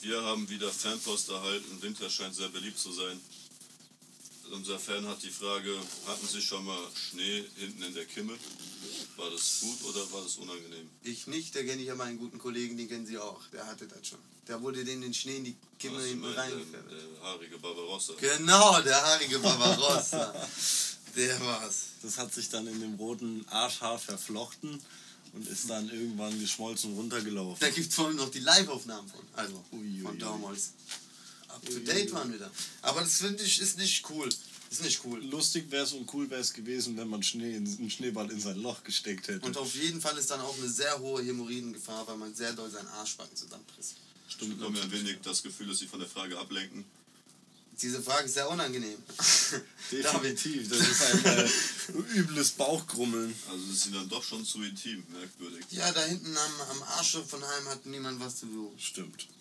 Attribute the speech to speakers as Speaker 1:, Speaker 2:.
Speaker 1: Wir haben wieder Fanpost erhalten. Winter scheint sehr beliebt zu sein. Unser Fan hat die Frage, hatten Sie schon mal Schnee hinten in der Kimme? War das gut oder war das unangenehm?
Speaker 2: Ich nicht, da kenne ich ja meinen guten Kollegen, den kennen Sie auch. Der hatte das schon. Da wurde denen den Schnee in die Kimme
Speaker 1: Was Sie
Speaker 2: hinten
Speaker 1: meinen, der,
Speaker 2: reingefädelt.
Speaker 1: der haarige Barbarossa.
Speaker 2: Genau, der haarige Barbarossa. der war's.
Speaker 3: Das hat sich dann in dem roten Arschhaar verflochten und ist dann irgendwann geschmolzen runtergelaufen.
Speaker 2: Da gibt's vor allem noch die Live-Aufnahmen von. Also,
Speaker 3: Uiuiui.
Speaker 2: von damals. Up to date waren wir da. Aber das finde ich, ist nicht cool. Ist nicht cool.
Speaker 3: Lustig wäre es und cool wäre es gewesen, wenn man Schnee in, einen Schneeball in sein Loch gesteckt hätte.
Speaker 2: Und auf jeden Fall ist dann auch eine sehr hohe Hämorrhoidengefahr, weil man sehr doll seinen Arschbacken zusammenpresst.
Speaker 1: Ich bekomme ein wenig das Gefühl, dass Sie von der Frage ablenken.
Speaker 2: Diese Frage ist sehr unangenehm.
Speaker 3: Definitiv, das ist ein äh, übles Bauchkrummeln.
Speaker 1: Also sind Sie dann doch schon zu intim, merkwürdig.
Speaker 2: Ja, da hinten am, am Arsch von einem hat niemand was zu suchen.
Speaker 3: Stimmt.